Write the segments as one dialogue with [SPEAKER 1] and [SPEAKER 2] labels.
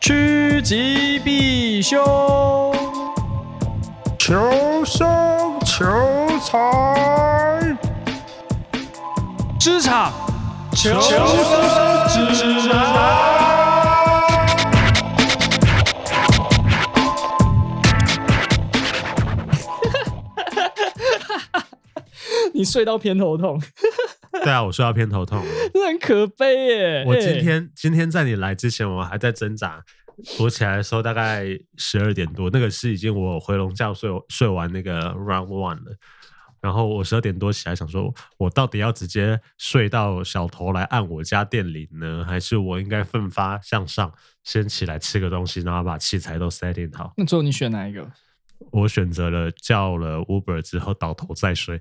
[SPEAKER 1] 趋吉避凶，
[SPEAKER 2] 求生求财，
[SPEAKER 1] 职场求
[SPEAKER 2] 生指南。
[SPEAKER 1] 你睡到偏头痛，
[SPEAKER 3] 对啊，我睡到偏头痛了。
[SPEAKER 1] 真的很可悲耶。
[SPEAKER 3] 我今
[SPEAKER 1] 哎
[SPEAKER 3] 天今天在你来之前，我还在挣扎。我起来的时候大概十二点多，那个是已经我回笼觉睡睡完那个 round one 了。然后我十二点多起来，想说我到底要直接睡到小头来按我家电铃呢，还是我应该奋发向上，先起来吃个东西，然后把器材都 setting 好？
[SPEAKER 1] 那最后你选哪一个？
[SPEAKER 3] 我选择了叫了 Uber 之后倒头再睡。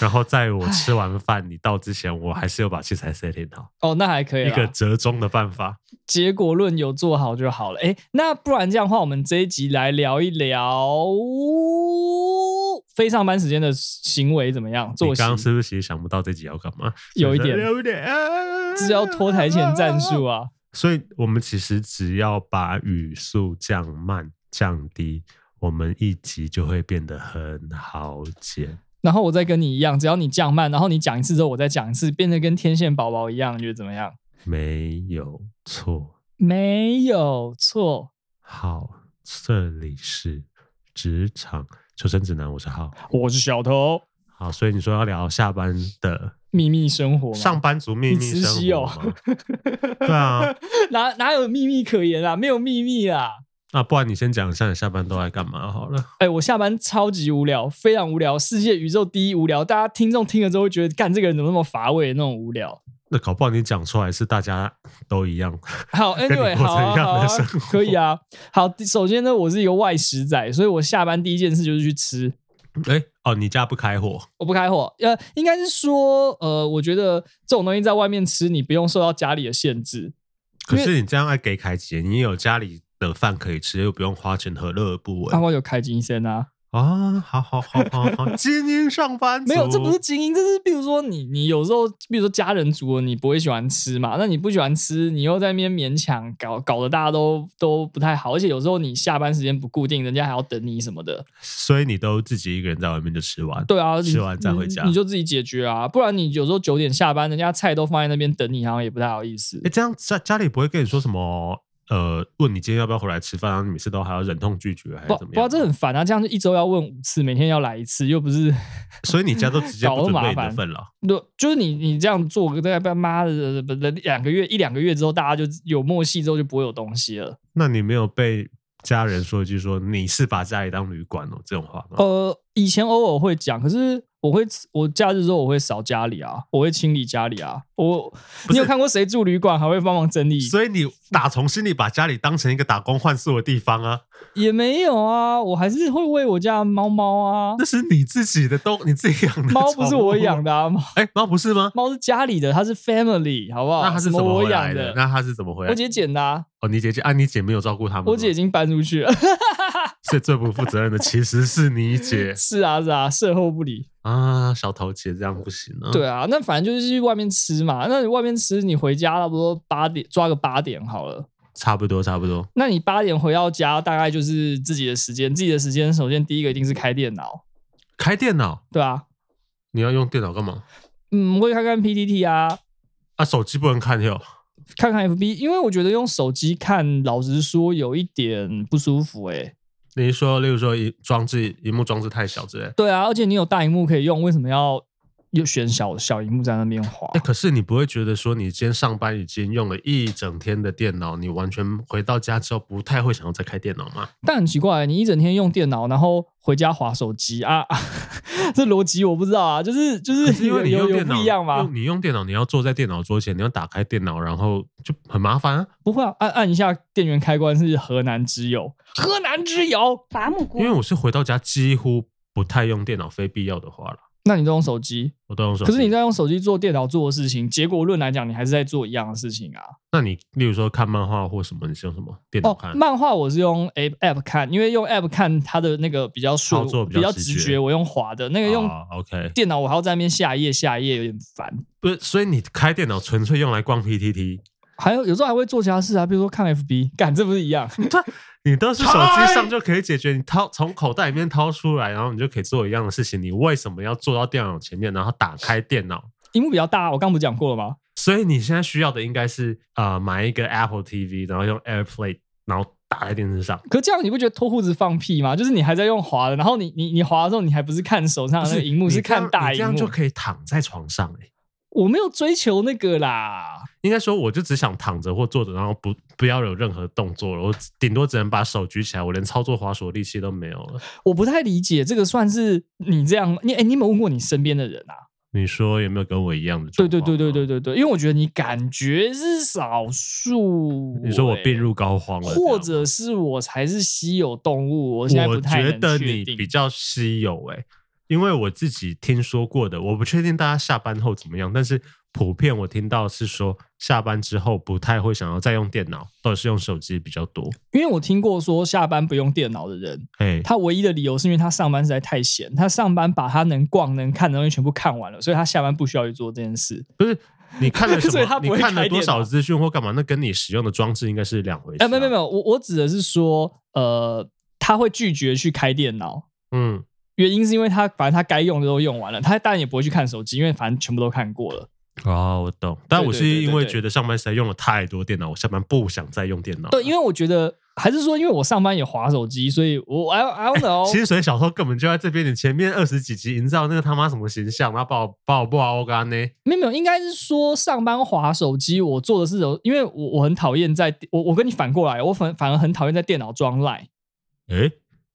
[SPEAKER 3] 然后在我吃完饭你到之前，我还是有把器材 setting 好，
[SPEAKER 1] 哦，那还可以
[SPEAKER 3] 一
[SPEAKER 1] 啦
[SPEAKER 3] 个折中的办法。
[SPEAKER 1] 结果论有做好就好了。哎，那不然这样的话，我们这一集来聊一聊非上班时间的行为怎么样？作
[SPEAKER 3] 你
[SPEAKER 1] 息
[SPEAKER 3] 刚刚是不是其实想不到这集要干嘛？
[SPEAKER 1] 有一点
[SPEAKER 3] 有一点，啊
[SPEAKER 1] 这叫脱台前战术。啊。
[SPEAKER 3] 所以我们其实只要把语速降慢、降低，我们一集就会变得很好剪。
[SPEAKER 1] 然后我再跟你一样，只要你降慢，然后你讲一次之后，我再讲一次，变得跟天线宝宝一样，你觉得怎么样？
[SPEAKER 3] 没有错。
[SPEAKER 1] 没有错，
[SPEAKER 3] 好，这里是职场求生指南，我是浩。
[SPEAKER 1] 我是小头，
[SPEAKER 3] 好，所以你说要聊下班的
[SPEAKER 1] 秘密生活嘛
[SPEAKER 3] 上班族秘
[SPEAKER 1] 你
[SPEAKER 3] 密
[SPEAKER 1] 慈
[SPEAKER 3] 生
[SPEAKER 1] 禧
[SPEAKER 3] 活
[SPEAKER 1] 哦
[SPEAKER 3] 吗？对啊，
[SPEAKER 1] 哪哪有秘密可言啊？没有秘密啊！
[SPEAKER 3] 那不然你先讲一下你下班都在干嘛好了。
[SPEAKER 1] 哎、我下班超级无聊，非常无聊，世界宇宙第一无聊。大家听众听了之后会觉得，干这个人怎么那么乏味，那种无聊。
[SPEAKER 3] 那搞不好你讲出来是大家都一样，
[SPEAKER 1] 好
[SPEAKER 3] 你
[SPEAKER 1] ，Anyway，
[SPEAKER 3] 过
[SPEAKER 1] 好、
[SPEAKER 3] 着一
[SPEAKER 1] 啊，
[SPEAKER 3] 样
[SPEAKER 1] 好、
[SPEAKER 3] 的
[SPEAKER 1] 啊
[SPEAKER 3] 生活，
[SPEAKER 1] 可以啊。好，第首先呢，我是一个外食仔，所以我下班第一件事就是去吃。
[SPEAKER 3] 哎、哦，你家不开火，
[SPEAKER 1] 我不开火，呃，应该是说，呃，我觉得这种东西在外面吃，你不用受到家里的限制。
[SPEAKER 3] 可是你这样爱给凯姐，你有家里的饭可以吃，又不用花钱，何乐而不为
[SPEAKER 1] 阿花有开金鲜啊，
[SPEAKER 3] 啊？好好好好 好，精英上班族
[SPEAKER 1] 没有，这不是精英，这是比如说你，你有时候，比如说家人煮的，你不会喜欢吃嘛，那你不喜欢吃，你又在那边勉强搞，搞得大家都都不太好，而且有时候你下班时间不固定，人家还要等你什么的。
[SPEAKER 3] 所以你都自己一个人在外面就吃完，
[SPEAKER 1] 对啊，你
[SPEAKER 3] 吃完再回家
[SPEAKER 1] 你，你就自己解决啊，不然你有时候九点下班，人家菜都放在那边等你，好像也不太好意思
[SPEAKER 3] 哎、。这样家家里不会跟你说什么？呃，问你今天要不要回来吃饭，然后你每次都还要忍痛拒绝，
[SPEAKER 1] 不
[SPEAKER 3] 还是
[SPEAKER 1] 不
[SPEAKER 3] 怎么
[SPEAKER 1] 知道
[SPEAKER 3] 样？
[SPEAKER 1] 这很烦啊，这样就一周要问五次，每天要来一次，又不是
[SPEAKER 3] 所以你家都直接
[SPEAKER 1] 搞
[SPEAKER 3] 不
[SPEAKER 1] 得
[SPEAKER 3] 准备
[SPEAKER 1] 麻
[SPEAKER 3] 你的
[SPEAKER 1] 烦
[SPEAKER 3] 份了。
[SPEAKER 1] 就就是你你这样做个大概妈的不不两个月一两个月之后，大家就有默契之后就不会有东西了。
[SPEAKER 3] 那你没有被家人说一句说你是把家里当旅馆哦这种话吗？
[SPEAKER 1] 呃，以前偶尔会讲，可是我会我假日之后我会扫家里啊，我会清理家里啊。我你有看过谁住旅馆还会帮忙整理？
[SPEAKER 3] 所以你打从心里把家里当成一个打工换宿的地方啊，
[SPEAKER 1] 也没有啊，我还是会喂我家的猫猫啊
[SPEAKER 3] 那。是你自己的都你自己养的，
[SPEAKER 1] 猫不是 我养
[SPEAKER 3] 的，
[SPEAKER 1] 的、啊，猫
[SPEAKER 3] 哎、猫不是吗？
[SPEAKER 1] 猫是家里的，它是 family，好不好？
[SPEAKER 3] 那它是怎么
[SPEAKER 1] 我
[SPEAKER 3] 回来
[SPEAKER 1] 养
[SPEAKER 3] 的？那它是怎么回来？
[SPEAKER 1] 我姐捡的、啊，
[SPEAKER 3] 哦，你姐姐啊，你姐没有照顾它们吗，
[SPEAKER 1] 我姐已经搬出去了。
[SPEAKER 3] 所以最不负责任的其实是你 姐
[SPEAKER 1] 是啊，是啊，售后不理。
[SPEAKER 3] 啊，小头姐这样不行啊。
[SPEAKER 1] 对啊，那反正就是去外面吃嘛。那你外面吃，你回家差不多八点，抓个八点好了。
[SPEAKER 3] 差不多差不多。
[SPEAKER 1] 那你八点回到家，大概就是自己的时间。自己的时间，首先第一个一定是开电脑，
[SPEAKER 3] 开电脑，
[SPEAKER 1] 对啊，
[SPEAKER 3] 你要用电脑干嘛？
[SPEAKER 1] 嗯，我也看看 PPT 啊，
[SPEAKER 3] 啊，手机不能看哟。
[SPEAKER 1] 看看 FB，因为我觉得用手机看，老实说有一点不舒服欸诶、
[SPEAKER 3] 你是说，例如说，一装置荧幕装置太小之类。
[SPEAKER 1] 对啊，而且你有大荧幕可以用，为什么要又选小小荧幕在那边滑？
[SPEAKER 3] 哎、可是你不会觉得说，你今天上班已经用了一整天的电脑，你完全回到家之后不太会想要再开电脑吗？
[SPEAKER 1] 但很奇怪，你一整天用电脑，然后回家划手机啊， 啊这逻辑我不知道啊，就是就
[SPEAKER 3] 可是因
[SPEAKER 1] 有
[SPEAKER 3] 为你
[SPEAKER 1] 有
[SPEAKER 3] 用
[SPEAKER 1] 有
[SPEAKER 3] 电
[SPEAKER 1] 不
[SPEAKER 3] 脑，
[SPEAKER 1] 一样吗
[SPEAKER 3] 用？你用电脑，你要坐在电脑桌前，你要打开电脑，然后就很麻烦啊。
[SPEAKER 1] 不会啊，按按一下电源开关是河南之友，河南之友。
[SPEAKER 4] 伐木工
[SPEAKER 3] 因为我是回到家几乎不太用电脑，非必要的话了，
[SPEAKER 1] 那你都用手机，
[SPEAKER 3] 我都用手机。
[SPEAKER 1] 可是你在用手机做电脑做的事情，结果论来讲，你还是在做一样的事情啊。
[SPEAKER 3] 那你例如说看漫画或什么，你是用什么电脑
[SPEAKER 1] 哦
[SPEAKER 3] 看？，
[SPEAKER 1] 漫画我是用 app app 看，因为用 app 看它的那个比较
[SPEAKER 3] 操
[SPEAKER 1] 顺
[SPEAKER 3] 作，比
[SPEAKER 1] 比
[SPEAKER 3] 较
[SPEAKER 1] 较
[SPEAKER 3] 直
[SPEAKER 1] 直
[SPEAKER 3] 觉
[SPEAKER 1] 觉。我用滑的那个用
[SPEAKER 3] 哦，OK
[SPEAKER 1] 电脑，我还要在那边下一页下一页，有点烦。
[SPEAKER 3] 不是，所以你开电脑纯粹用来逛 PTT，
[SPEAKER 1] 还有有时候还会做其他事啊，比如说看 FB，干这不是一样？
[SPEAKER 3] 你都是手机上就可以解决，你掏从口袋里面掏出来，然后你就可以做一样的事情。你为什么要坐到电脑前面，然后打开电脑？
[SPEAKER 1] 荧幕比较大，我刚不是讲过了吗？
[SPEAKER 3] 所以你现在需要的应该是呃买一个 Apple TV，然后用 AirPlay，然后打在电视上。
[SPEAKER 1] 可这样你不觉得脱裤子放屁吗？就是你还在用滑的，然后你你你滑的时候，你还不是看手上的那个荧幕，
[SPEAKER 3] 不
[SPEAKER 1] 是
[SPEAKER 3] 你这样
[SPEAKER 1] 看大
[SPEAKER 3] 你这
[SPEAKER 1] 荧
[SPEAKER 3] 样就
[SPEAKER 1] 幕。
[SPEAKER 3] 可以躺在床上、欸、
[SPEAKER 1] 我没有追求那个啦，
[SPEAKER 3] 应该说，我就只想躺着或坐着，然后不不要有任何动作了。我顶多只能把手举起来，我连操作滑鼠的力气都没有了。
[SPEAKER 1] 我不太理解这个算是你这样，你哎、你有没有问过你身边的人啊？
[SPEAKER 3] 你说有没有跟我一样的
[SPEAKER 1] 对
[SPEAKER 3] 状
[SPEAKER 1] 对
[SPEAKER 3] 况？
[SPEAKER 1] 对
[SPEAKER 3] 啊
[SPEAKER 1] 对。对对对，因为我觉得你感觉是少数、
[SPEAKER 3] 你说我
[SPEAKER 1] 欸
[SPEAKER 3] 病入膏肓了，
[SPEAKER 1] 或
[SPEAKER 3] 这样
[SPEAKER 1] 者
[SPEAKER 3] 吗
[SPEAKER 1] 是我才是稀有动物，我现在不
[SPEAKER 3] 我
[SPEAKER 1] 太
[SPEAKER 3] 觉
[SPEAKER 1] 能
[SPEAKER 3] 得
[SPEAKER 1] 确
[SPEAKER 3] 你
[SPEAKER 1] 定
[SPEAKER 3] 比较稀有哎、因为我自己听说过的，我不确定大家下班后怎么样，但是普遍我听到是说下班之后不太会想要再用电脑，或者是用手机比较多。
[SPEAKER 1] 因为我听过说下班不用电脑的人，
[SPEAKER 3] 哎，
[SPEAKER 1] 他唯一的理由是因为他上班实在太闲，他上班把他能逛能看的东西全部看完了，所以他下班不需要去做这件事。
[SPEAKER 3] 不是啊你看了什
[SPEAKER 1] 所以他
[SPEAKER 3] 么？
[SPEAKER 1] 不
[SPEAKER 3] 你
[SPEAKER 1] 会
[SPEAKER 3] 看了
[SPEAKER 1] 开
[SPEAKER 3] 多
[SPEAKER 1] 电
[SPEAKER 3] 少
[SPEAKER 1] 脑
[SPEAKER 3] 资讯或干嘛？那跟你使用的装置应该是两回事、
[SPEAKER 1] 哎、
[SPEAKER 3] 啊。
[SPEAKER 1] 没有没有没有，我我指的是说，呃，他会拒绝去开电脑，
[SPEAKER 3] 嗯，
[SPEAKER 1] 原因是因为他反正他该用的都用完了，他当然也不会去看手机，因为反正全部都看过了。
[SPEAKER 3] 哦，我懂。但
[SPEAKER 1] 对
[SPEAKER 3] 我
[SPEAKER 1] 对
[SPEAKER 3] 是
[SPEAKER 1] 对对
[SPEAKER 3] 因为
[SPEAKER 1] 对
[SPEAKER 3] 觉得上班实在用了太多电脑，我下班不想再用电脑了。
[SPEAKER 1] 对，因为我觉得还是说，因为我上班也划手机，所以我 I I don't know，、
[SPEAKER 3] 其实水小偷根本就在这边，你前面二十几集营造那个他妈什么形象，然后把我把我不好干呢？
[SPEAKER 1] 没有没有，应该是说上班划手机，我做的是有，因为我我很讨厌在，我我跟你反过来，我反反而很讨厌在电脑装赖，
[SPEAKER 3] 诶、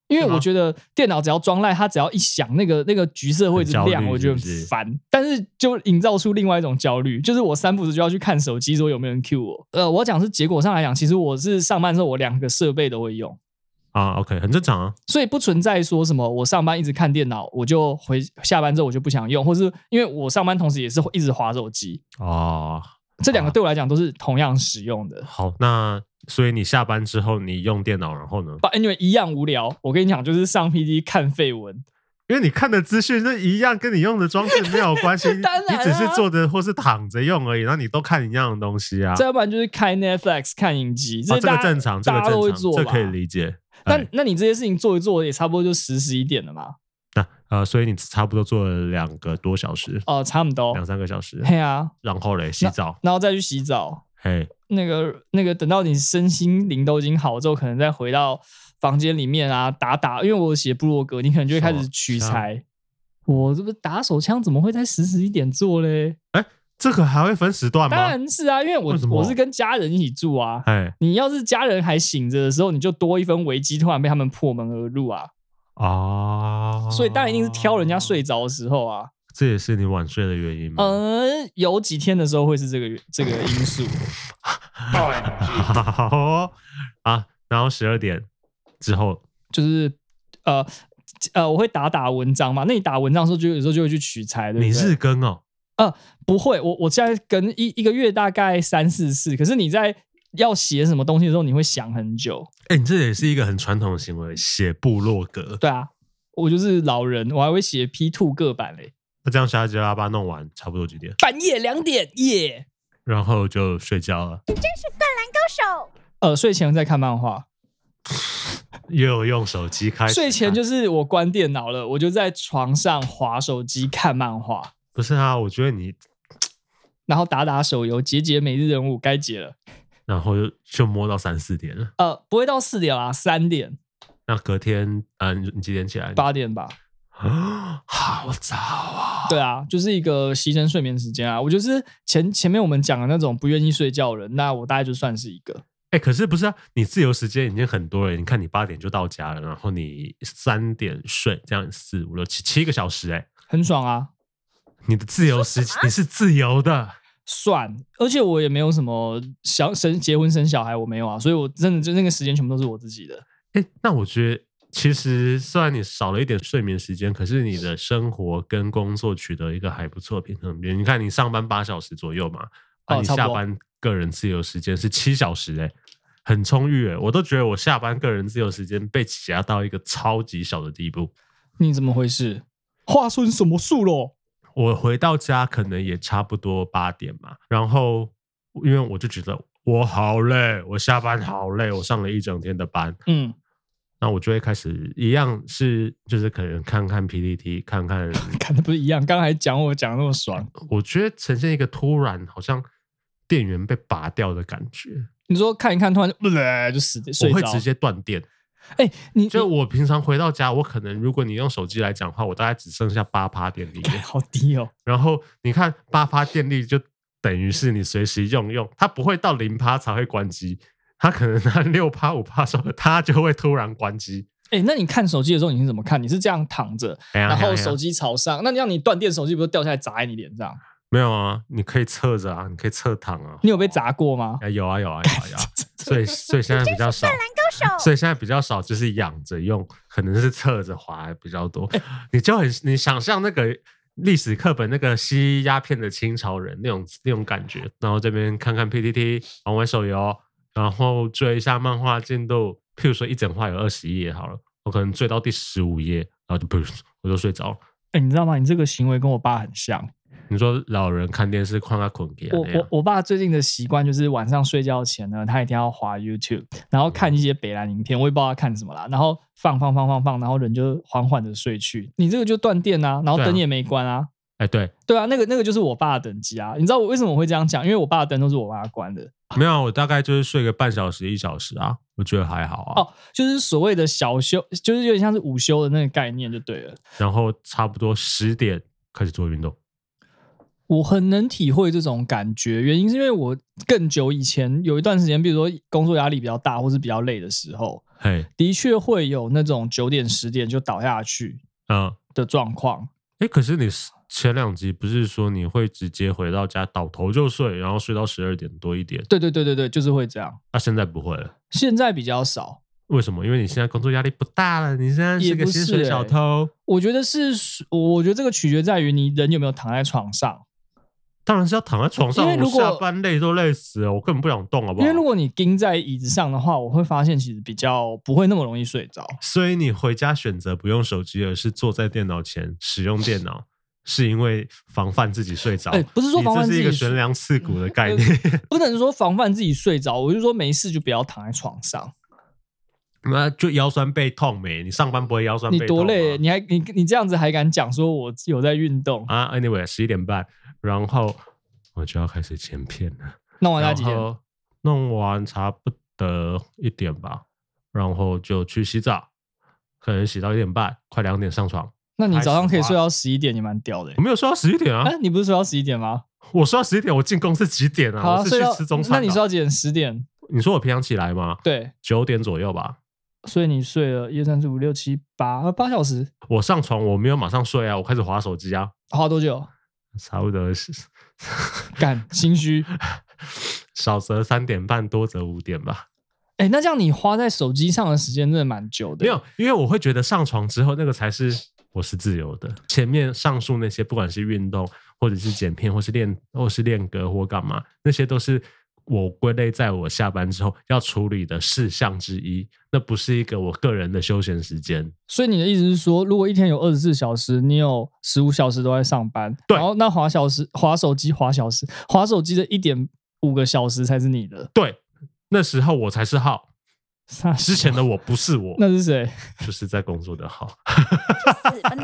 [SPEAKER 1] 因为
[SPEAKER 3] 是吗
[SPEAKER 1] 我觉得电脑只要装赖，它只要一响，那个那个橘色会一直
[SPEAKER 3] 很焦
[SPEAKER 1] 亮，
[SPEAKER 3] 虑
[SPEAKER 1] 我觉得
[SPEAKER 3] 是不
[SPEAKER 1] 很
[SPEAKER 3] 是
[SPEAKER 1] 烦。但是就营造出另外一种焦虑，就是我三步子就要去看手机，说有没有人 cue 我。呃，我讲是结果上来讲，其实我是上班的时候我两个设备都会用。
[SPEAKER 3] 啊，OK，很正常啊。
[SPEAKER 1] 所以不存在说什么我上班一直看电脑，我就回下班之后我就不想用，或是因为我上班同时也是一直划手机，
[SPEAKER 3] 哦，
[SPEAKER 1] 这两个
[SPEAKER 3] 啊
[SPEAKER 1] 对我来讲都是同样使用的。
[SPEAKER 3] 好，那所以你下班之后你用电脑，然后呢？
[SPEAKER 1] But anyway，一样无聊。我跟你讲，就是上 PD 看废文，
[SPEAKER 3] 因为你看的资讯是一样，跟你用的装置没有关系，
[SPEAKER 1] 当然
[SPEAKER 3] 你只是
[SPEAKER 1] 啊
[SPEAKER 3] 坐着或是躺着用而已，然后你都看一样的东西啊。
[SPEAKER 1] 再要不然就是开 Netflix 看影集，
[SPEAKER 3] 哦，
[SPEAKER 1] 这
[SPEAKER 3] 这个
[SPEAKER 1] 大家
[SPEAKER 3] 正常，这
[SPEAKER 1] 大
[SPEAKER 3] 个
[SPEAKER 1] 家都会
[SPEAKER 3] 正常，
[SPEAKER 1] 做
[SPEAKER 3] 这
[SPEAKER 1] 吧
[SPEAKER 3] 可以理解。
[SPEAKER 1] 但
[SPEAKER 3] 哎
[SPEAKER 1] 那你这些事情做一做，也差不多就十十一点了嘛？
[SPEAKER 3] 那呃，所以你差不多做了两个多小时，
[SPEAKER 1] 哦、差不多
[SPEAKER 3] 两。三个小时，
[SPEAKER 1] 嘿啊，
[SPEAKER 3] 然后嘞，洗澡，
[SPEAKER 1] 然后再去洗澡。
[SPEAKER 3] 嘿，
[SPEAKER 1] 那个那个，等到你身心灵都已经好之后，可能再回到房间里面啊，打打。因为我有写部落格，你可能就会开始取材。我这不打手枪怎么会在十十一点做嘞？
[SPEAKER 3] 这个还会分时段
[SPEAKER 1] 当
[SPEAKER 3] 吗？
[SPEAKER 1] 然是啊，因为我
[SPEAKER 3] 为什么
[SPEAKER 1] 我是跟家人一起住啊。
[SPEAKER 3] 哎，
[SPEAKER 1] 你要是家人还醒着的时候，你就多一分危机，突然被他们破门而入啊！
[SPEAKER 3] 哦，
[SPEAKER 1] 所以当然一定是挑人家，睡着的时候啊。
[SPEAKER 3] 这也是你晚睡的原因吗？
[SPEAKER 1] 嗯，有几天的时候会是这个这个因素。
[SPEAKER 2] 哎
[SPEAKER 3] 好哦啊，然后十二点之后，
[SPEAKER 1] 就是呃呃，我会打打文章嘛。那你打文章的时候，就有时候就会去取材，对不对？
[SPEAKER 3] 你日更哦，
[SPEAKER 1] 不会？我我现在跟一一个月大概三四次，可是你在要写什么东西的时候，你会想很久。
[SPEAKER 3] 哎，你这也是一个很传统的行为，写部落格，
[SPEAKER 1] 对啊，我就是老人，我还会写 P two 个版嘞，
[SPEAKER 3] 那这样瞎鸡巴巴弄完差不多几点？
[SPEAKER 1] 半夜两点耶。
[SPEAKER 3] 然后就睡觉了，
[SPEAKER 1] 呃，睡前在看漫画，
[SPEAKER 3] 又用手机开始
[SPEAKER 1] 睡前
[SPEAKER 3] 看
[SPEAKER 1] 就是我关电脑了，我就在床上划手机看漫画，
[SPEAKER 3] 不是啊？我觉得你，
[SPEAKER 1] 然后打打手游，解解每日人物，该解了。
[SPEAKER 3] 然后就就摸到三四点了。
[SPEAKER 1] 呃，不会到四点啦，三点
[SPEAKER 3] 那隔天，嗯、你你几点起来？
[SPEAKER 1] 八点吧。
[SPEAKER 3] 啊，好早啊！
[SPEAKER 1] 对啊，就是一个牺牲睡眠时间啊。我就是前前面我们讲的那种不愿意睡觉的人，那我大概就算是一个。
[SPEAKER 3] 哎、可是不是啊？你自由时间已经很多了，你看你八点就到家了，然后你三点睡，这样四五六七七个小时、哎，
[SPEAKER 1] 很爽啊，
[SPEAKER 3] 你的自由时你是自由的，
[SPEAKER 1] 算，而且我也没有什么想生结婚生小孩，我没有啊，所以我真的就那个时间全部都是我自己的。
[SPEAKER 3] 哎、那我觉得。其实虽然你少了一点睡眠时间，可是你的生活跟工作取得一个还不错的平衡点。你看，你上班八小时左右嘛，啊，
[SPEAKER 1] 哦
[SPEAKER 3] 你
[SPEAKER 1] 差不
[SPEAKER 3] 下
[SPEAKER 1] 多
[SPEAKER 3] 班个人自由时间是七小时、哎，很充裕、哎，我都觉得我下班个人自由时间被挤压到一个超级小的地步。
[SPEAKER 1] 你怎么回事？话说你什么术咯？
[SPEAKER 3] 我回到家可能也差不多八点嘛，然后因为我就觉得我好累，我下班好累，我上了一整天的班，
[SPEAKER 1] 嗯，
[SPEAKER 3] 那我就会开始一样是就是可能看看 PPT，看 看，
[SPEAKER 1] 看的不是一样。刚才讲我讲得那么爽，
[SPEAKER 3] 我觉得呈现一个突然好像电源被拔掉的感觉，
[SPEAKER 1] 你说看一看，突然就、呃、就死睡
[SPEAKER 3] 我会
[SPEAKER 1] 着。
[SPEAKER 3] 直接断电。
[SPEAKER 1] 哎、你
[SPEAKER 3] 就
[SPEAKER 1] 你
[SPEAKER 3] 我平常回到家，我可能如果你用手机来讲话，我大概只剩下八趴电力，
[SPEAKER 1] 好低哦，
[SPEAKER 3] 然后你看八趴电力就等于是你随时用用，它不会到零趴才会关机，它可能它六趴五趴时候，它就会突然关机。
[SPEAKER 1] 哎、那你看手机的时候你是怎么看？你是这样躺着，
[SPEAKER 3] 哎呀
[SPEAKER 1] 然
[SPEAKER 3] 哎呀
[SPEAKER 1] 后
[SPEAKER 3] 哎呀
[SPEAKER 1] 手机朝上，那你让你断电，手机不是掉下来砸在你脸上？
[SPEAKER 3] 没有啊，你可以侧着啊，你可以侧躺啊。
[SPEAKER 1] 你有被砸过吗？
[SPEAKER 3] 啊有啊有啊有啊有啊，所以所以现在比较少，所以现在比较少，就是仰着用，可能是侧着滑比较多。你就很你想象那个历史课本那个吸鸦片的清朝人那种那种感觉，然后这边看看 PPT，玩玩手游，然后追一下漫画进度。譬如说一整画有二十页好了，我可能追到第十五页，然后就不我就睡着了。
[SPEAKER 1] 哎、你知道吗？你这个行为跟我爸很像。
[SPEAKER 3] 你说老人看电视看他捆给
[SPEAKER 1] 我
[SPEAKER 3] 那
[SPEAKER 1] 我
[SPEAKER 3] 样，
[SPEAKER 1] 我爸最近的习惯就是晚上睡觉前呢，他一定要滑 YouTube，然后看一些北兰影片，我也不知道他看什么啦，然后放放放放放，然后人就缓缓的睡去。你这个就断电啊，然后
[SPEAKER 3] 对啊
[SPEAKER 1] 灯也没关啊。
[SPEAKER 3] 哎对，
[SPEAKER 1] 对啊，那个那个就是我爸的等级啊！你知道我为什么会这样讲？因为我爸的灯都是我妈关的
[SPEAKER 3] 没有，啊我大概就是睡个半小时一小时啊，我觉得还好啊。
[SPEAKER 1] 哦，就是所谓的小休，就是有点像是午休的那个概念就对了。
[SPEAKER 3] 然后差不多十点开始做运动。
[SPEAKER 1] 我很能体会这种感觉，原因是因为我更久以前有一段时间，比如说工作压力比较大或是比较累的时候，
[SPEAKER 3] 嘿，
[SPEAKER 1] 的确会有那种九点十点就倒下去
[SPEAKER 3] 嗯，
[SPEAKER 1] 的状况。
[SPEAKER 3] 哎，可是你是前两集不是说你会直接回到家倒头就睡，然后睡到十二点多一点？
[SPEAKER 1] 对对对对对，就是会这样。
[SPEAKER 3] 那、现在不会了，
[SPEAKER 1] 现在比较少，
[SPEAKER 3] 为什么？因为你现在工作压力不大了，你现在
[SPEAKER 1] 也
[SPEAKER 3] 是个
[SPEAKER 1] 不
[SPEAKER 3] 薪
[SPEAKER 1] 是
[SPEAKER 3] 水
[SPEAKER 1] 欸
[SPEAKER 3] 小偷。
[SPEAKER 1] 我觉得是，我觉得这个取决在于你人有没有躺在床上。
[SPEAKER 3] 当然是要躺在床上，
[SPEAKER 1] 因为
[SPEAKER 3] 我
[SPEAKER 1] 如果
[SPEAKER 3] 下班累都累死了，我根本不想动，好不好？
[SPEAKER 1] 因为如果你盯在椅子上的话，我会发现其实比较不会那么容易睡着。
[SPEAKER 3] 所以你回家选择不用手机，而是坐在电脑前使用电脑，是因为防范自己睡着。
[SPEAKER 1] 哎不是说防范
[SPEAKER 3] 你这是一个
[SPEAKER 1] 自己睡嗯呃
[SPEAKER 3] 悬梁刺股的概念。
[SPEAKER 1] 不能说防范自己睡着，我就说没事就不要躺在床上。
[SPEAKER 3] 啊那就腰酸背痛没？你上班不会腰酸
[SPEAKER 1] 你
[SPEAKER 3] 背痛吗
[SPEAKER 1] 多累，你还你你这样子还敢讲说我有在运动？
[SPEAKER 3] 啊？Anyway，十一点半，然后我就要开始剪片了。
[SPEAKER 1] 弄完那
[SPEAKER 3] 然
[SPEAKER 1] 几天，
[SPEAKER 3] 后弄完差不多一点吧，然后就去洗澡，可能洗到一点半，快两点上床。
[SPEAKER 1] 那你早上可以
[SPEAKER 3] 开始滑
[SPEAKER 1] 睡到十一点，也蛮屌的欸
[SPEAKER 3] 我。没有睡到十一点啊，
[SPEAKER 1] 哎，你不是睡到十一点吗？
[SPEAKER 3] 我睡到十一点，我进公司几点啊？
[SPEAKER 1] 好啊，
[SPEAKER 3] 我是
[SPEAKER 1] 睡
[SPEAKER 3] 去
[SPEAKER 1] 到
[SPEAKER 3] 吃中餐的、
[SPEAKER 1] 那你睡到几点？十点。
[SPEAKER 3] 你说我平常起来吗？
[SPEAKER 1] 对，
[SPEAKER 3] 九点左右吧。
[SPEAKER 1] 所以你睡了一二三四五六七八呃八小时，
[SPEAKER 3] 我上床，我没有马上睡啊，我开始划手机啊，
[SPEAKER 1] 花多久？
[SPEAKER 3] 差不多是
[SPEAKER 1] 干心 虚。
[SPEAKER 3] 少则三点半，多则五点吧。
[SPEAKER 1] 哎、那这样你花在手机上的时间真的蛮久的。
[SPEAKER 3] 没有，因为我会觉得上床之后那个才是我是自由的。前面上述那些，不管是运动，或者是剪片，或是练，或是练歌，或干嘛，那些都是我归类在我下班之后要处理的事项之一。那不是一个我个人的休闲时间。
[SPEAKER 1] 所以你的意思是说，如果一天有二十四小时，你有十五小时都在上班，
[SPEAKER 3] 对
[SPEAKER 1] 然后那划小时、划手机、划小时、划手机的一点五个小时才是你的。
[SPEAKER 3] 对，那时候我才是浩，
[SPEAKER 1] 傻
[SPEAKER 3] 之前的
[SPEAKER 1] 笑
[SPEAKER 3] 我不是我，
[SPEAKER 1] 那是谁？
[SPEAKER 3] 就是在工作的浩。
[SPEAKER 4] 死吧你！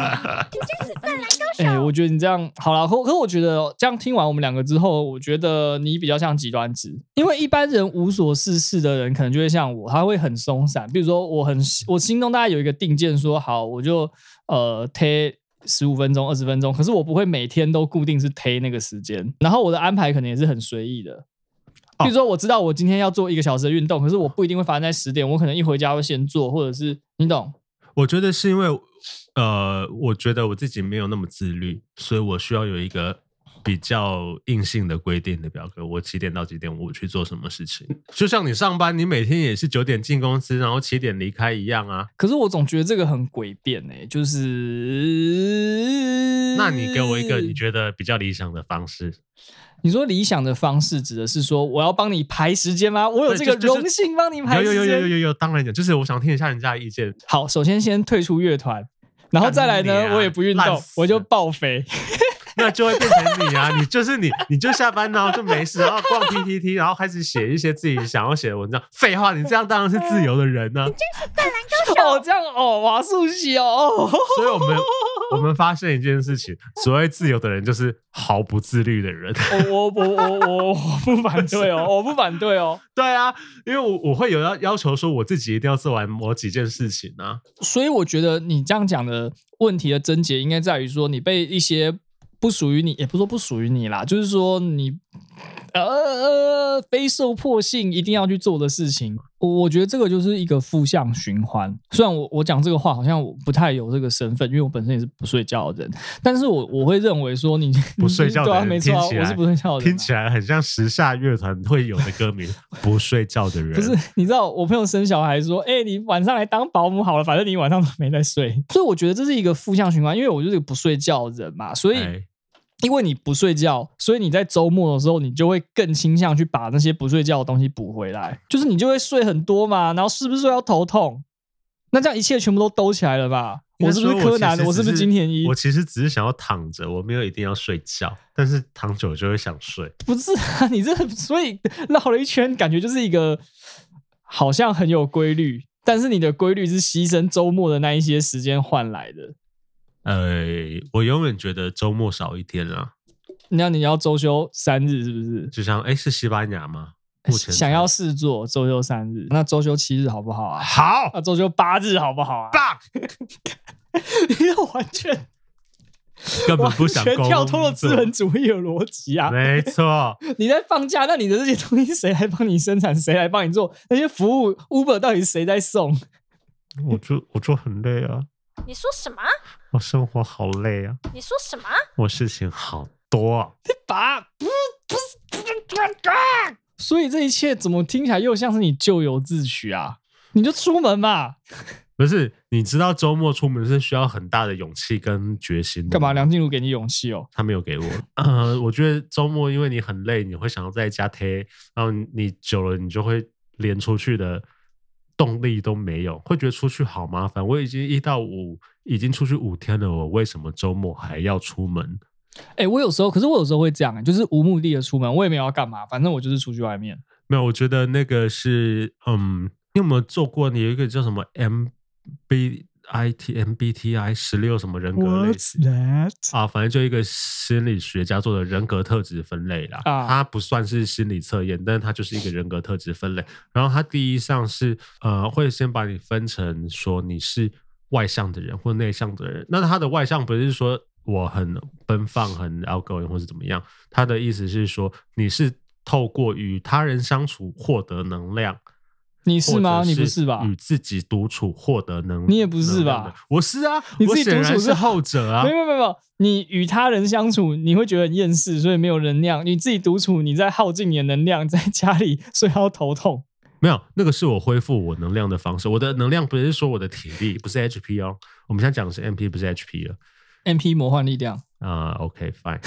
[SPEAKER 4] 就死吧你！
[SPEAKER 1] 哎、我觉得你这样好了，可可我觉得这样听完我们两个之后，我觉得你比较像极端值，因为一般人无所事事的人，可能就会像我，他会很松散。比如说，我很我心中大概有一个定见说好，我就呃贴十五分钟、二十分钟，可是我不会每天都固定是贴那个时间，然后我的安排可能也是很随意的。比如说，我知道我今天要做一个小时的运动，可是我不一定会发生在十点，我可能一回家会先做，或者是你懂，
[SPEAKER 3] 我觉得是因为，呃，我觉得我自己没有那么自律，所以我需要有一个比较硬性的规定的表格。我几点到几点我去做什么事情？
[SPEAKER 1] 嗯
[SPEAKER 3] 就像你上班，你每天也是九点进公司，然后七点离开一样啊。
[SPEAKER 1] 可是我总觉得这个很诡辩哎，就是
[SPEAKER 3] 那你给我一个
[SPEAKER 1] 嗯
[SPEAKER 3] 你觉得比较理想的方式，
[SPEAKER 1] 你说理想的方式指的是说我要帮你排时间吗？我有
[SPEAKER 3] 对
[SPEAKER 1] 这个
[SPEAKER 3] 就就是
[SPEAKER 1] 荣幸帮你排
[SPEAKER 3] 有
[SPEAKER 1] 时
[SPEAKER 3] 有
[SPEAKER 1] 间。
[SPEAKER 3] 有有有有有，当然有，就是我想听一下人家的意见。
[SPEAKER 1] 好，首先先退出乐团，然后再来
[SPEAKER 3] 干你
[SPEAKER 1] 呢，
[SPEAKER 3] 啊
[SPEAKER 1] 我也不运
[SPEAKER 3] 烂
[SPEAKER 1] 动
[SPEAKER 3] 死，
[SPEAKER 1] 我就暴肥。
[SPEAKER 3] 那就会变成你啊！你就是你，你就下班然后就没事，然后逛 PPT，然后开始写一些自己想要写的文章。废话，你这样当然是自由的人呢、啊
[SPEAKER 1] 哦，这样哦，瓦数系 哦，哦
[SPEAKER 3] 所以我们 我们发现一件事 情，所谓自由的人就是毫不自律的人。
[SPEAKER 1] 我我我我我我不反对哦，我不反对哦。
[SPEAKER 3] 对啊，因为我我会有要要求说我自己一定要做完某几件事情啊。
[SPEAKER 1] 所以我觉得你这样讲的问题的症结，应该在于说你被一些不属于你，也不是说不属于你啦，就是说你呃呃非受迫性一定要去做的事情。我我觉得这个就是一个负向循环。虽然我我讲这个话好像我不太有这个身份，因为我本身也是不睡觉的人，但是我我会认为说你
[SPEAKER 3] 不睡觉 的
[SPEAKER 1] 对
[SPEAKER 3] 人，
[SPEAKER 1] 啊，没错啊、
[SPEAKER 3] 听起来
[SPEAKER 1] 我是不睡觉的人啊、
[SPEAKER 3] 听起来很像时下乐团会有的歌名， 不睡觉的人。
[SPEAKER 1] 不是，你知道我朋友生小孩说，哎、你晚上来当保姆好了，反正你晚上都没在睡。所以我觉得这是一个负向循环，因为我就是个不睡觉的人嘛，所以
[SPEAKER 3] 哎，
[SPEAKER 1] 因为你不睡觉，所以你在周末的时候，你就会更倾向去把那些不睡觉的东西补回来，就是你就会睡很多嘛，然后是不是要头痛？那这样一切全部都兜起来了吧？我是不是柯南？
[SPEAKER 3] 应该说
[SPEAKER 1] 我是不是
[SPEAKER 3] 只
[SPEAKER 1] 金田一
[SPEAKER 3] 我？其实只是想要躺着，我没有一定要睡觉，但是躺久了就会想睡。
[SPEAKER 1] 不是啊， 你这所以绕了一圈，感觉就是一个好像很有规律，但是你的规律是牺牲周末的那一些时间换来的。
[SPEAKER 3] 呃，我永远觉得周末少一天啊，
[SPEAKER 1] 那你要周休三日是不是？
[SPEAKER 3] 就像哎，是西班牙吗？目前
[SPEAKER 1] 想要试做周休三日，那周休七日好不好 啊？
[SPEAKER 3] 好
[SPEAKER 1] 那周休八日好不好 啊？
[SPEAKER 3] 棒，
[SPEAKER 1] 你完全
[SPEAKER 3] 根本
[SPEAKER 1] 完
[SPEAKER 3] 不想
[SPEAKER 1] 全
[SPEAKER 3] 沟通
[SPEAKER 1] 跳脱了资本
[SPEAKER 3] 做
[SPEAKER 1] 主义的逻辑啊！
[SPEAKER 3] 没错，
[SPEAKER 1] 你在放假，那你的这些东西谁来帮你生产？谁来帮你做那些服务？Uber 到底谁在送？
[SPEAKER 3] 我就我就很累啊，
[SPEAKER 4] 你说什么？
[SPEAKER 3] 我生活好累啊，
[SPEAKER 4] 你说什么？
[SPEAKER 3] 我事情好多、啊。
[SPEAKER 1] 把不不是所以这一切怎么听起来又像是你咎由自取啊？你就出门嘛，
[SPEAKER 3] 不是，你知道周末出门是需要很大的勇气跟决心的吗
[SPEAKER 1] 干嘛？梁静茹给你勇气哦，
[SPEAKER 3] 他没有给我。呃，我觉得周末因为你很累，你会想要在家贴，然后你久了你就会连出去的动力都没有，会觉得出去好麻烦。我已经一到五已经出去五天了，我为什么周末还要出门？
[SPEAKER 1] 哎、我有时候，可是我有时候会这样、就是无目的的出门，我也没有要干嘛，反正我就是出去外面。
[SPEAKER 3] 没有，我觉得那个是，嗯，你有没有做过？你有一个叫什么 MBIT MBTI 十六什么人格类似
[SPEAKER 1] that？
[SPEAKER 3] 啊，反正就一个心理学家做的人格特质分类啦。
[SPEAKER 1] 啊
[SPEAKER 3] 它不算是心理测验，但是它就是一个人格特质分类。然后它第一项是呃，会先把你分成说你是外向的人或内向的人。那他的外向不是说我很奔放、很 outgoing 或是怎么样，他的意思是说你是透过与他人相处获得能量。
[SPEAKER 1] 你是吗
[SPEAKER 3] 或者嗯
[SPEAKER 1] 你不是吧
[SPEAKER 3] 与自己独处获得能，
[SPEAKER 1] 你也不是吧
[SPEAKER 3] 能量的？我是啊，
[SPEAKER 1] 你
[SPEAKER 3] 我
[SPEAKER 1] 自己独
[SPEAKER 3] 显然
[SPEAKER 1] 处
[SPEAKER 3] 是
[SPEAKER 1] 是
[SPEAKER 3] 后者啊
[SPEAKER 1] 没。有没有没有没有，你与他人相处，你会觉得很厌世，所以没有能量；你自己独处，你在耗尽你的能量，在家里睡到头痛。
[SPEAKER 3] 没有，那个是我恢复我能量的方式。我的能量不是说我的体力，不是 HP 哦。我们现在讲的是 MP，不是 HP 了。
[SPEAKER 1] M P 魔幻力量，
[SPEAKER 3] 啊、o k fine，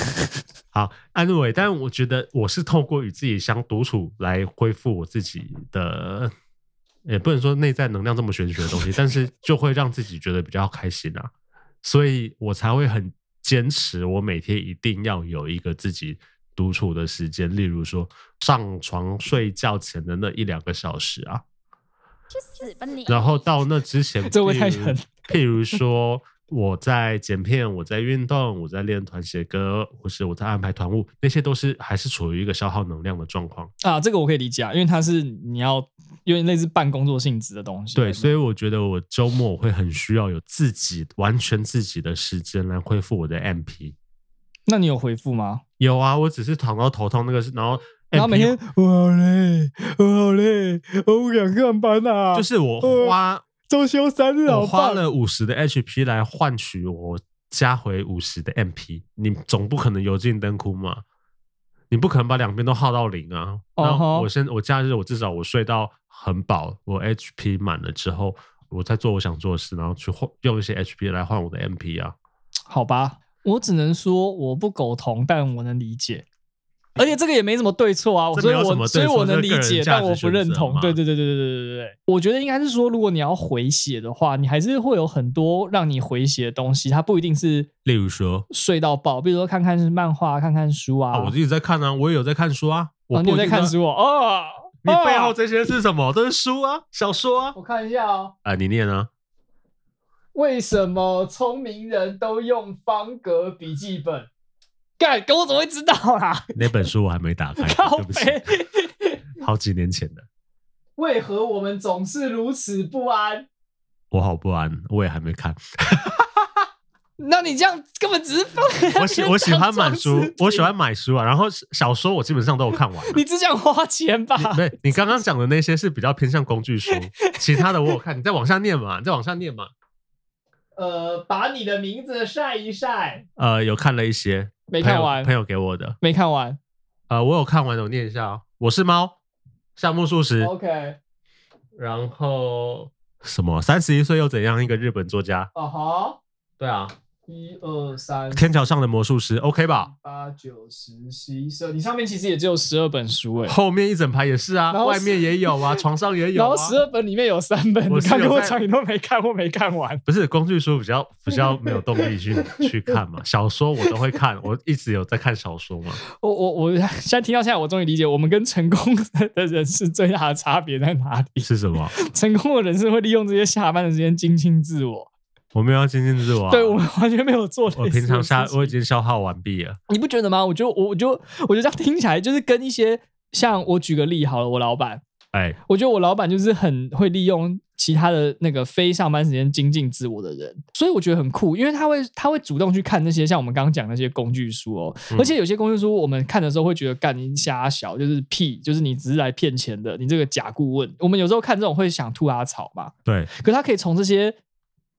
[SPEAKER 3] 好，Anyway，但我觉得我是透过与自己相独处来恢复我自己的，也不能说内在能量这么玄学的东西，但是就会让自己觉得比较开心啊，所啊以我才会很坚持，我每天一定要有一个自己独处的时间，例如说上床睡觉前的那一两个小时啊，
[SPEAKER 4] 去死吧你！
[SPEAKER 3] 然后到那之前，
[SPEAKER 1] 这会太
[SPEAKER 3] 譬如
[SPEAKER 1] 狠
[SPEAKER 3] 譬如说，我在剪片，我在运动，我在练团写歌，或是我在安排团务，那些都是还是处于一个消耗能量的状况。
[SPEAKER 1] 啊，这个我可以理解啊，因为它是你要有点类似半工作性质的东西。
[SPEAKER 3] 对，所
[SPEAKER 1] 以
[SPEAKER 3] 以我觉得我周末会很需要有自己完全自己的时间来恢复我的 MP。
[SPEAKER 1] 那你有回复吗？
[SPEAKER 3] 有啊，我只是躺到头痛那个是，然后 MP,
[SPEAKER 1] 然后每天我好累，我好累，我不想上班啊，
[SPEAKER 3] 就是我花
[SPEAKER 1] 周休三 日好
[SPEAKER 3] 我花
[SPEAKER 1] 棒。
[SPEAKER 3] 了五十的 HP 来换取我加回五十的 MP，你总不可能油尽灯枯嘛？你不可能把两边都耗到零啊！
[SPEAKER 1] 哦
[SPEAKER 3] 那
[SPEAKER 1] 吼
[SPEAKER 3] 我现我假日我至少我睡到很饱，我 HP 满了之后，我再做我想做的事，然后去换用一些 HP 来换我的 MP 啊。
[SPEAKER 1] 好吧，我只能说我不苟同，但我能理解。而且这个也没什么对错啊，
[SPEAKER 3] 这
[SPEAKER 1] 所以
[SPEAKER 3] 没有什
[SPEAKER 1] 我
[SPEAKER 3] 么
[SPEAKER 1] 所以
[SPEAKER 3] 对错
[SPEAKER 1] 我能
[SPEAKER 3] 这
[SPEAKER 1] 理
[SPEAKER 3] 个人
[SPEAKER 1] 解，
[SPEAKER 3] 价
[SPEAKER 1] 但
[SPEAKER 3] 值
[SPEAKER 1] 我不
[SPEAKER 3] 选
[SPEAKER 1] 认
[SPEAKER 3] 择
[SPEAKER 1] 同。
[SPEAKER 3] 嘛
[SPEAKER 1] 对对对对对对对对，我觉得应该是说，如果你要回血的话，你还是会有很多让你回血的东西，它不一定是
[SPEAKER 3] 例如说
[SPEAKER 1] 睡到爆，比如说看看是漫画、看看书啊。
[SPEAKER 3] 啊，我一直在看啊，我也有在看书啊，我
[SPEAKER 1] 哦你有
[SPEAKER 3] 不一
[SPEAKER 1] 在
[SPEAKER 3] 定
[SPEAKER 1] 看
[SPEAKER 3] 在。
[SPEAKER 1] 书哦，哦，
[SPEAKER 3] 你背后
[SPEAKER 1] 哦
[SPEAKER 3] 这些是什么？都是书啊，小说啊。
[SPEAKER 1] 我看一下哦。
[SPEAKER 3] 啊，你念啊。
[SPEAKER 1] 为什么聪明人都用方格笔记本？干，跟我怎么会知道 啦？
[SPEAKER 3] 那本书我还没打开，
[SPEAKER 1] 靠
[SPEAKER 3] 对不起，
[SPEAKER 1] 背
[SPEAKER 3] 好几年前的，
[SPEAKER 1] 为何我们总是如此不安？
[SPEAKER 3] 我好不安，我也还没 看。
[SPEAKER 1] 那你这样根本只是放在那边
[SPEAKER 3] 我喜我喜欢买
[SPEAKER 1] 当装
[SPEAKER 3] 书
[SPEAKER 1] 饰，品
[SPEAKER 3] 我喜欢买书啊，然后小说我基本上都有看完了。啊
[SPEAKER 1] 你只想花钱吧？
[SPEAKER 3] 你对你刚刚讲的那些是比较偏向工 具书，其他的我有看。你再往下念嘛，你再往下念嘛。
[SPEAKER 1] 呃，把你的名字晒一晒，
[SPEAKER 3] 呃，有看了一些，
[SPEAKER 1] 没看
[SPEAKER 3] 朋友
[SPEAKER 1] 完
[SPEAKER 3] 朋友给我的。
[SPEAKER 1] 没看完。
[SPEAKER 3] 呃，我有看完的，我念一下哦。我是猫，夏目漱石，
[SPEAKER 1] OK，
[SPEAKER 3] 然后什么？三十一岁又怎样？一个日本作家。
[SPEAKER 1] 哦吼，
[SPEAKER 3] 对啊，
[SPEAKER 1] 一二三
[SPEAKER 3] 天桥上的魔术师，OK 吧？
[SPEAKER 1] 八九十十一十二，你上面其实也只有十二本书哎、
[SPEAKER 3] 后面一整排也是啊
[SPEAKER 1] 然，后
[SPEAKER 3] 外
[SPEAKER 1] 是
[SPEAKER 3] 面也有啊，床上也有、
[SPEAKER 1] 然
[SPEAKER 3] 啊。
[SPEAKER 1] 后十二本里面有三本，你
[SPEAKER 3] 我是
[SPEAKER 1] 刚跟
[SPEAKER 3] 有
[SPEAKER 1] 我
[SPEAKER 3] 在
[SPEAKER 1] 讲你都没看或没看完。
[SPEAKER 3] 不是工具书比较比较没有动力去去看 嘛，小说我都会看，我一直有在看小说嘛。
[SPEAKER 1] 我我我 现在听到现在，我终于理解我们跟成功的人是最大的差别在哪里。
[SPEAKER 3] 是什么？
[SPEAKER 1] 成功的人是会利用这些下班的时间精进自我，
[SPEAKER 3] 我没有要精进自我、啊。
[SPEAKER 1] 对我们完全没有做类似
[SPEAKER 3] 我
[SPEAKER 1] 的
[SPEAKER 3] 平常消
[SPEAKER 1] 事情
[SPEAKER 3] 我已经消耗完毕了。
[SPEAKER 1] 你不觉得吗？我就我我就我就这样听起来，就是跟一些像我举个例好了，我老板，
[SPEAKER 3] 哎，
[SPEAKER 1] 我觉得我老板就是很会利用其他的那个非上班时间精进自我的人，所以我觉得很酷，因为他会他会主动去看那些像我们刚刚讲那些工具书哦，
[SPEAKER 3] 嗯
[SPEAKER 1] 而且有些工具书我们看的时候会觉得干你瞎小，就是屁，就是你只是来骗钱的，你这个假顾问。我们有时候看这种会想吐他草嘛，
[SPEAKER 3] 对，
[SPEAKER 1] 可他可以从这些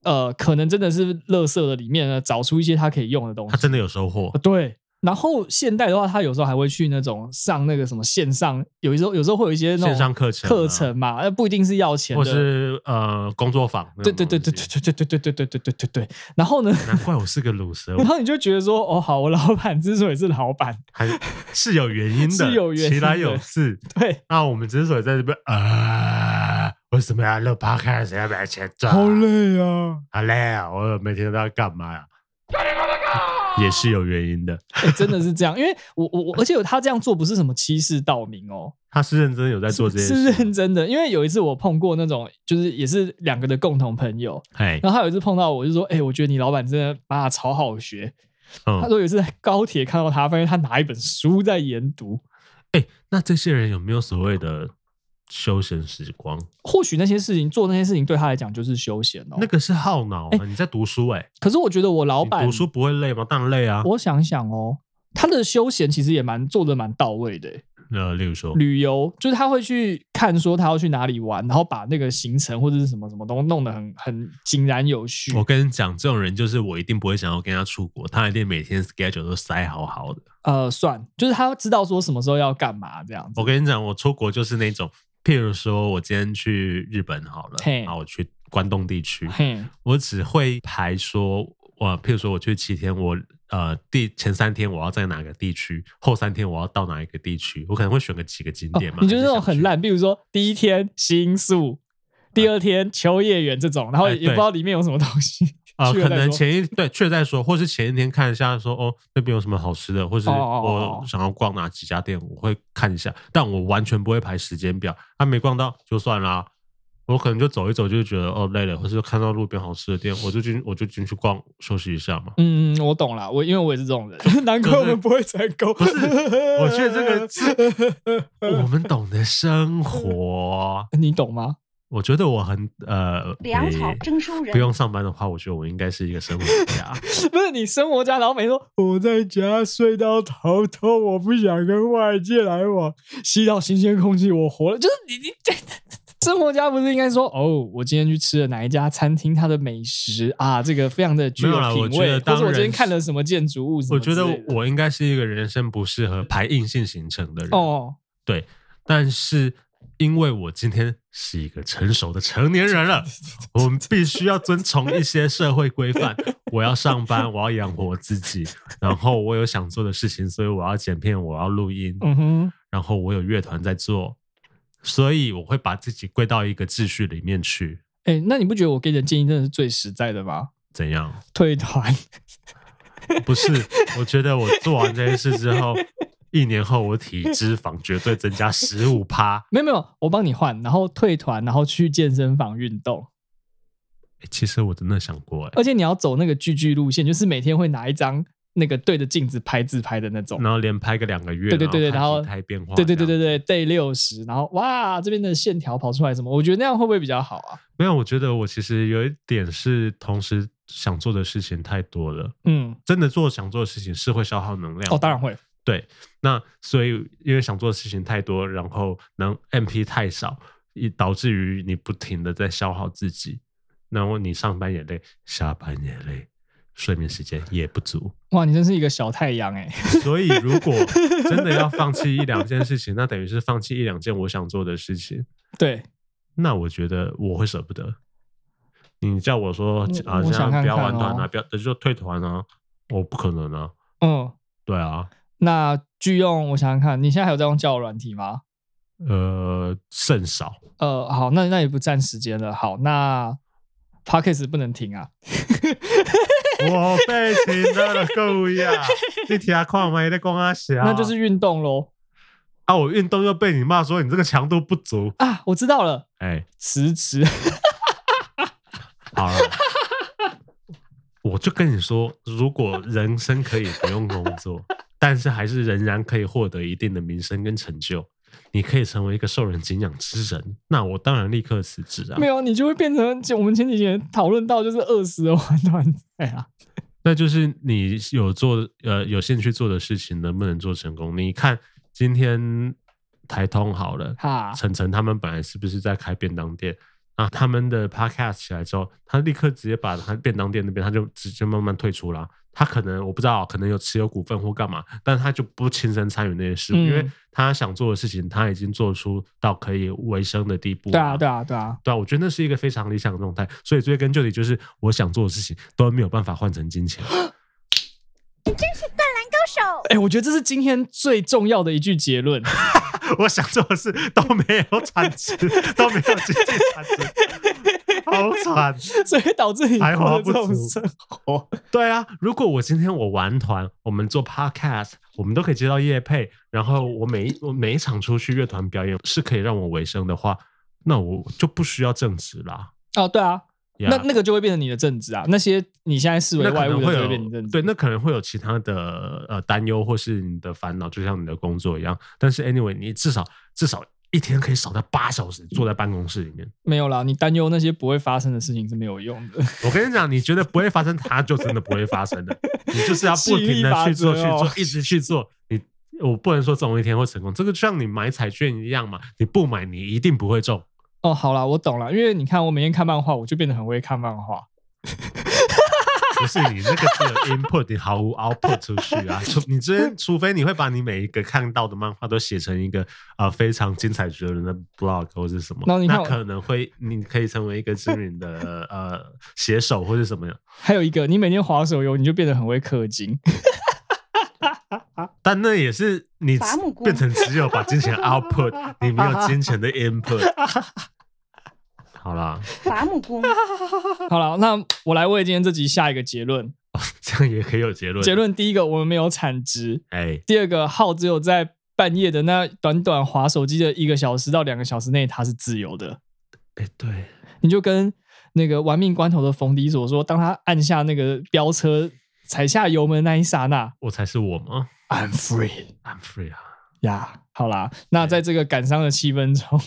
[SPEAKER 1] 呃可能真的是垃圾的里面呢找出一些他可以用的东西
[SPEAKER 3] 他。真的有收获
[SPEAKER 1] 啊，对。然后现代的话，他有时候还会去那种上那个什么线上，有时候有时候会有一些那种
[SPEAKER 3] 线上课程啊
[SPEAKER 1] 课程嘛，那不一定是要钱的。
[SPEAKER 3] 或是呃工作坊那
[SPEAKER 1] 对
[SPEAKER 3] 种
[SPEAKER 1] 对
[SPEAKER 3] 东西。
[SPEAKER 1] 对对对对对对对对对对对对。然后呢，
[SPEAKER 3] 难怪我是个卤蛇，
[SPEAKER 1] 然
[SPEAKER 3] 我
[SPEAKER 1] 后你就觉得说，哦，好，我老板之所以是老板，
[SPEAKER 3] 还是有原因的，
[SPEAKER 1] 是有原因的
[SPEAKER 3] 其来有自。
[SPEAKER 1] 对，
[SPEAKER 3] 那我们之所以在这边啊，为什么要录 podcast 要把钱赚？
[SPEAKER 1] 好累啊。
[SPEAKER 3] 好累啊！我每天都要干嘛呀、也是有原因的，
[SPEAKER 1] 哎，真的是这样，因为我我我，而且他这样做不是什么欺世盗名哦，
[SPEAKER 3] 他是认真有在做这件
[SPEAKER 1] 是
[SPEAKER 3] 事，
[SPEAKER 1] 认真的。因为有一次我碰过那种，就是也是两个的共同朋友，
[SPEAKER 3] 哎，
[SPEAKER 1] 然后他有一次碰到我就说，哎，我觉得你老板真的把他超好学，他
[SPEAKER 3] 嗯，
[SPEAKER 1] 说有一次在高铁看到他，发现他拿一本书在研读。
[SPEAKER 3] 哎那这些人有没有所谓的休闲时光？
[SPEAKER 1] 或许那些事情做那些事情对他来讲就是休闲哦。
[SPEAKER 3] 那个是耗脑啊！你在读书哎、
[SPEAKER 1] 可是我觉得我老
[SPEAKER 3] 你
[SPEAKER 1] 板
[SPEAKER 3] 读书不会累吗？当然累啊。
[SPEAKER 1] 我想想哦，他的休闲其实也蛮做的蛮到位的耶。欸
[SPEAKER 3] 呃，例如说，
[SPEAKER 1] 旅游就是他会去看说他要去哪里玩，然后把那个行程或者是什么什么东西弄得很很井然有序。
[SPEAKER 3] 我跟你讲，这种人就是我一定不会想要跟他出国，他一定每天 schedule 都塞好好的。
[SPEAKER 1] 呃，算就是他知道说什么时候要干嘛这样子
[SPEAKER 3] 我。跟你讲，我出国就是那种，譬如说我今天去日本好了，
[SPEAKER 1] 嘿
[SPEAKER 3] 然后我去关东地区，
[SPEAKER 1] 嘿，
[SPEAKER 3] 我只会排说，我譬如说我去七天，我呃第前三天我要在哪个地区，后三天我要到哪一个地区，我可能会选个几个景
[SPEAKER 1] 哦
[SPEAKER 3] 点嘛。
[SPEAKER 1] 你就是
[SPEAKER 3] 还
[SPEAKER 1] 那种
[SPEAKER 3] 想去
[SPEAKER 1] 很烂，比如说第一天新宿，第二天秋叶原这种，然后
[SPEAKER 3] 啊哎
[SPEAKER 1] 也不知道里面有什么东西。
[SPEAKER 3] 啊、
[SPEAKER 1] 去了
[SPEAKER 3] 可
[SPEAKER 1] 再
[SPEAKER 3] 能
[SPEAKER 1] 说
[SPEAKER 3] 前一对去了再说，或是前一天看一下说哦那边有什么好吃的，或是
[SPEAKER 1] 哦哦哦哦
[SPEAKER 3] 我想要逛哪几家店，我会看一下，但我完全不会排时间表，啊没逛到就算啦、我可能就走一走，就觉得哦累了，或是看到路边好吃的店，我就进我就进去逛休息一下嘛。
[SPEAKER 1] 嗯，我懂了，我因为我也是这种人， 难怪
[SPEAKER 3] 就是
[SPEAKER 1] 我们不会成功。 不
[SPEAKER 3] 是我觉得这个我们懂得生活，
[SPEAKER 1] 你懂吗？
[SPEAKER 3] 我觉得我很呃，
[SPEAKER 4] 粮草
[SPEAKER 3] 诶
[SPEAKER 4] 征收人
[SPEAKER 3] 不用上班的话，我觉得我应该是一个生活 家。
[SPEAKER 1] 不是你生活家，然后每天说我在家睡到头痛，我不想跟外界来往，吸到新鲜空气，我活了。就是你你这生活家不是应该说 哦，我今天去吃了哪一家餐厅，它的美食啊，这个非常的具
[SPEAKER 3] 没有啦
[SPEAKER 1] 有
[SPEAKER 3] 我
[SPEAKER 1] 品
[SPEAKER 3] 觉得
[SPEAKER 1] 味，或
[SPEAKER 3] 当
[SPEAKER 1] 者我今天
[SPEAKER 3] 然
[SPEAKER 1] 看了什么建筑物什
[SPEAKER 3] 我
[SPEAKER 1] 么
[SPEAKER 3] 觉
[SPEAKER 1] 之类的。
[SPEAKER 3] 得我应哦该是一个人生不适合排硬性行程的人，
[SPEAKER 1] 哦，
[SPEAKER 3] 但是因为我今天是一个成熟的成年人 了，我们必须要遵从一些社会规范。我要上班，我要养活我自己，然后我有想做的事情，所以我要剪片，我要录音，
[SPEAKER 1] 嗯哼，
[SPEAKER 3] 然后我有乐团在做，所以我会把自己归到一个秩序里面去。
[SPEAKER 1] 哎、那你不觉得我给你的建议真的是最实在的吗？
[SPEAKER 3] 怎样？
[SPEAKER 1] 退团，
[SPEAKER 3] 不是，我觉得我做完这件事之后，一年后我体脂肪绝对增加十五趴。
[SPEAKER 1] 没有没有，我帮你换，然后退团，然后去健身房运动，
[SPEAKER 3] 欸其实我真的想过、欸，
[SPEAKER 1] 而且你要走那个聚聚路线，就是每天会拿一张那个对着镜子拍自拍的那种。
[SPEAKER 3] 然后连拍个两个月，
[SPEAKER 1] 对对对对，
[SPEAKER 3] 然
[SPEAKER 1] 然后
[SPEAKER 3] 看体态变化，
[SPEAKER 1] 对对对
[SPEAKER 3] 这
[SPEAKER 1] 对
[SPEAKER 3] 样。
[SPEAKER 1] 对，day 六十，然后哇，这边的线条跑出来什么？我觉得那样会不会比较好啊？
[SPEAKER 3] 没有，我觉得我其实有一点是同时想做的事情太多了，
[SPEAKER 1] 嗯，
[SPEAKER 3] 真的做想做的事情是会消耗能量。
[SPEAKER 1] 哦，当然。会，
[SPEAKER 3] 对，那所以因为想做的事情太多，然后能 MP 太少，以导致于你不停的在消耗自己，然后你上班也累，下班也累，睡眠时间也不足。
[SPEAKER 1] 哇，你真是一个小太阳哎、
[SPEAKER 3] 所以，如果真的要放弃一两件事情，那等于是放弃一两件我想做的事情。
[SPEAKER 1] 对，
[SPEAKER 3] 那我觉得我会舍不得。你叫我说
[SPEAKER 1] 我
[SPEAKER 3] 啊，
[SPEAKER 1] 我
[SPEAKER 3] 这
[SPEAKER 1] 想
[SPEAKER 3] 样
[SPEAKER 1] 看
[SPEAKER 3] 不要
[SPEAKER 1] 看
[SPEAKER 3] 玩团啊，
[SPEAKER 1] 哦
[SPEAKER 3] 不要就退团啊，我不可能啊。
[SPEAKER 1] 嗯，
[SPEAKER 3] 对啊，
[SPEAKER 1] 那剧用我想想看，你现在还有在用交友软体吗？
[SPEAKER 3] 呃，甚少。
[SPEAKER 1] 呃，好，那那也不占时间了。好，那 podcast 不能停啊。
[SPEAKER 3] 我被请到了各位 啊！你听下看没？你在讲啊啥？
[SPEAKER 1] 那就是运动喽
[SPEAKER 3] 啊，我运动又被你骂说你这个强度不足。
[SPEAKER 1] 啊！我知道了，
[SPEAKER 3] 哎，
[SPEAKER 1] 辞职。
[SPEAKER 3] 好了，我就跟你说，如果人生可以不用工 作，但是还是仍然可以获得一定的名声跟成就，你可以成为一个受人敬仰之人，那我当然立刻辞职啊
[SPEAKER 1] 没。有，你就会变成就我们前几天讨论到，就是饿死的玩团 哎啊。
[SPEAKER 3] 那就是你有做呃有兴趣做的事情能不能做成功？你看今天台通好了，
[SPEAKER 1] 哈，
[SPEAKER 3] 晨晨他们本来是不是在开便当店啊？他们的 podcast 起来之后，他立刻直接把他便当店那边，他就直接慢慢退出啦。他可能我不知道，可能有持有股份或干嘛，但他就不亲身参与那些事，
[SPEAKER 1] 嗯
[SPEAKER 3] 因为他想做的事情他已经做出到可以为生的地步。
[SPEAKER 1] 对啊，对
[SPEAKER 3] 啊。
[SPEAKER 1] 啊，对啊，
[SPEAKER 3] 对啊，我觉得那是一个非常理想的状态，所以追根究底就是我想做的事情都没有办法换成金 钱。
[SPEAKER 4] 高手，
[SPEAKER 1] 哎、我觉得这是今天最重要的一句结论。
[SPEAKER 3] 我想做的事都没有产值，都没有经济 产值，好惨。
[SPEAKER 1] 所以导致你
[SPEAKER 3] 才华
[SPEAKER 1] 过的
[SPEAKER 3] 不
[SPEAKER 1] 这
[SPEAKER 3] 足
[SPEAKER 1] 种生活。
[SPEAKER 3] 对啊，如果我今天我玩团，我们做 podcast，我们都可以接到业配，然后我每一我每一场出去乐团表演是可以让我维生的话，那我就不需要正职啦。
[SPEAKER 1] 哦，对啊，
[SPEAKER 3] 呀
[SPEAKER 1] 那那个就会变成你的正职啊。那些你现在视为
[SPEAKER 3] 那可
[SPEAKER 1] 外物
[SPEAKER 3] 能
[SPEAKER 1] 的，
[SPEAKER 3] 会
[SPEAKER 1] 就会变成你
[SPEAKER 3] 有
[SPEAKER 1] 正职。
[SPEAKER 3] 对，那可能会有其他的呃担忧或是你的烦恼，就像你的工作一样。但是 anyway，你至少至少一天可以少到八小时坐在办公室里面。
[SPEAKER 1] 没有啦，你担忧那些不会发生的事情是没有用的。
[SPEAKER 3] 我跟你讲，你觉得不会发生，它就真的不会发生 的。你就是要不停的去做，
[SPEAKER 1] 吸
[SPEAKER 3] 去
[SPEAKER 1] 引力法则哦
[SPEAKER 3] 做，一直去做。你我不能说总有一天会成功，这个就像你买彩券一样嘛，你不买你一定不会 中。
[SPEAKER 1] 哦，好啦，我懂了，因为你看我每天看漫画，我就变得很会看漫画。
[SPEAKER 3] 不是你那个只有 input，你毫无 output 出去 啊！除你之前，除非你会把你每一个看到的漫画都写成一个呃非常精彩绝伦的 blog 或是什么，
[SPEAKER 1] 然后你看
[SPEAKER 3] 那
[SPEAKER 1] 我
[SPEAKER 3] 可能会你可以成为一个知名的呃写手或是什么样。
[SPEAKER 1] 还有一个，你每天划手游，你就变得很会氪 金。
[SPEAKER 3] 但那也是你
[SPEAKER 5] 伐木工
[SPEAKER 3] 变成只有把金 钱 output，你没有金钱的 input。好啦，
[SPEAKER 5] 伐木工，
[SPEAKER 1] 好了，那我来为今天这集下一个结论。
[SPEAKER 3] 这样也可以有结论。
[SPEAKER 1] 结，论第一个，我们没有产值；
[SPEAKER 3] 哎，
[SPEAKER 1] 第二个，浩只有在半夜的那短短划手机的一个小时到两个小时内，他是自由的。
[SPEAKER 3] 哎，对，
[SPEAKER 1] 你就跟那个玩命关头的冯迪所说，当他按下那个飙车、踩下油门那一刹那
[SPEAKER 3] 我才是我吗
[SPEAKER 1] ，I'm free
[SPEAKER 3] ？I'm free 啊，
[SPEAKER 1] 呀。好啦，那在这个感伤的气氛中，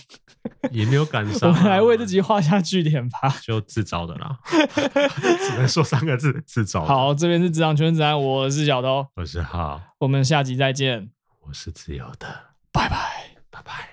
[SPEAKER 3] 也没有感
[SPEAKER 1] 我
[SPEAKER 3] 伤、啊。
[SPEAKER 1] 们来为自己画下句点吧。
[SPEAKER 3] 就自找的啦， 只能说三个字，自找。，
[SPEAKER 1] 好，这边是职场圈子安，我是小偷，
[SPEAKER 3] 我是浩，
[SPEAKER 1] 我们下集再见，
[SPEAKER 3] 我是自由的，
[SPEAKER 1] 拜拜。
[SPEAKER 3] 拜拜。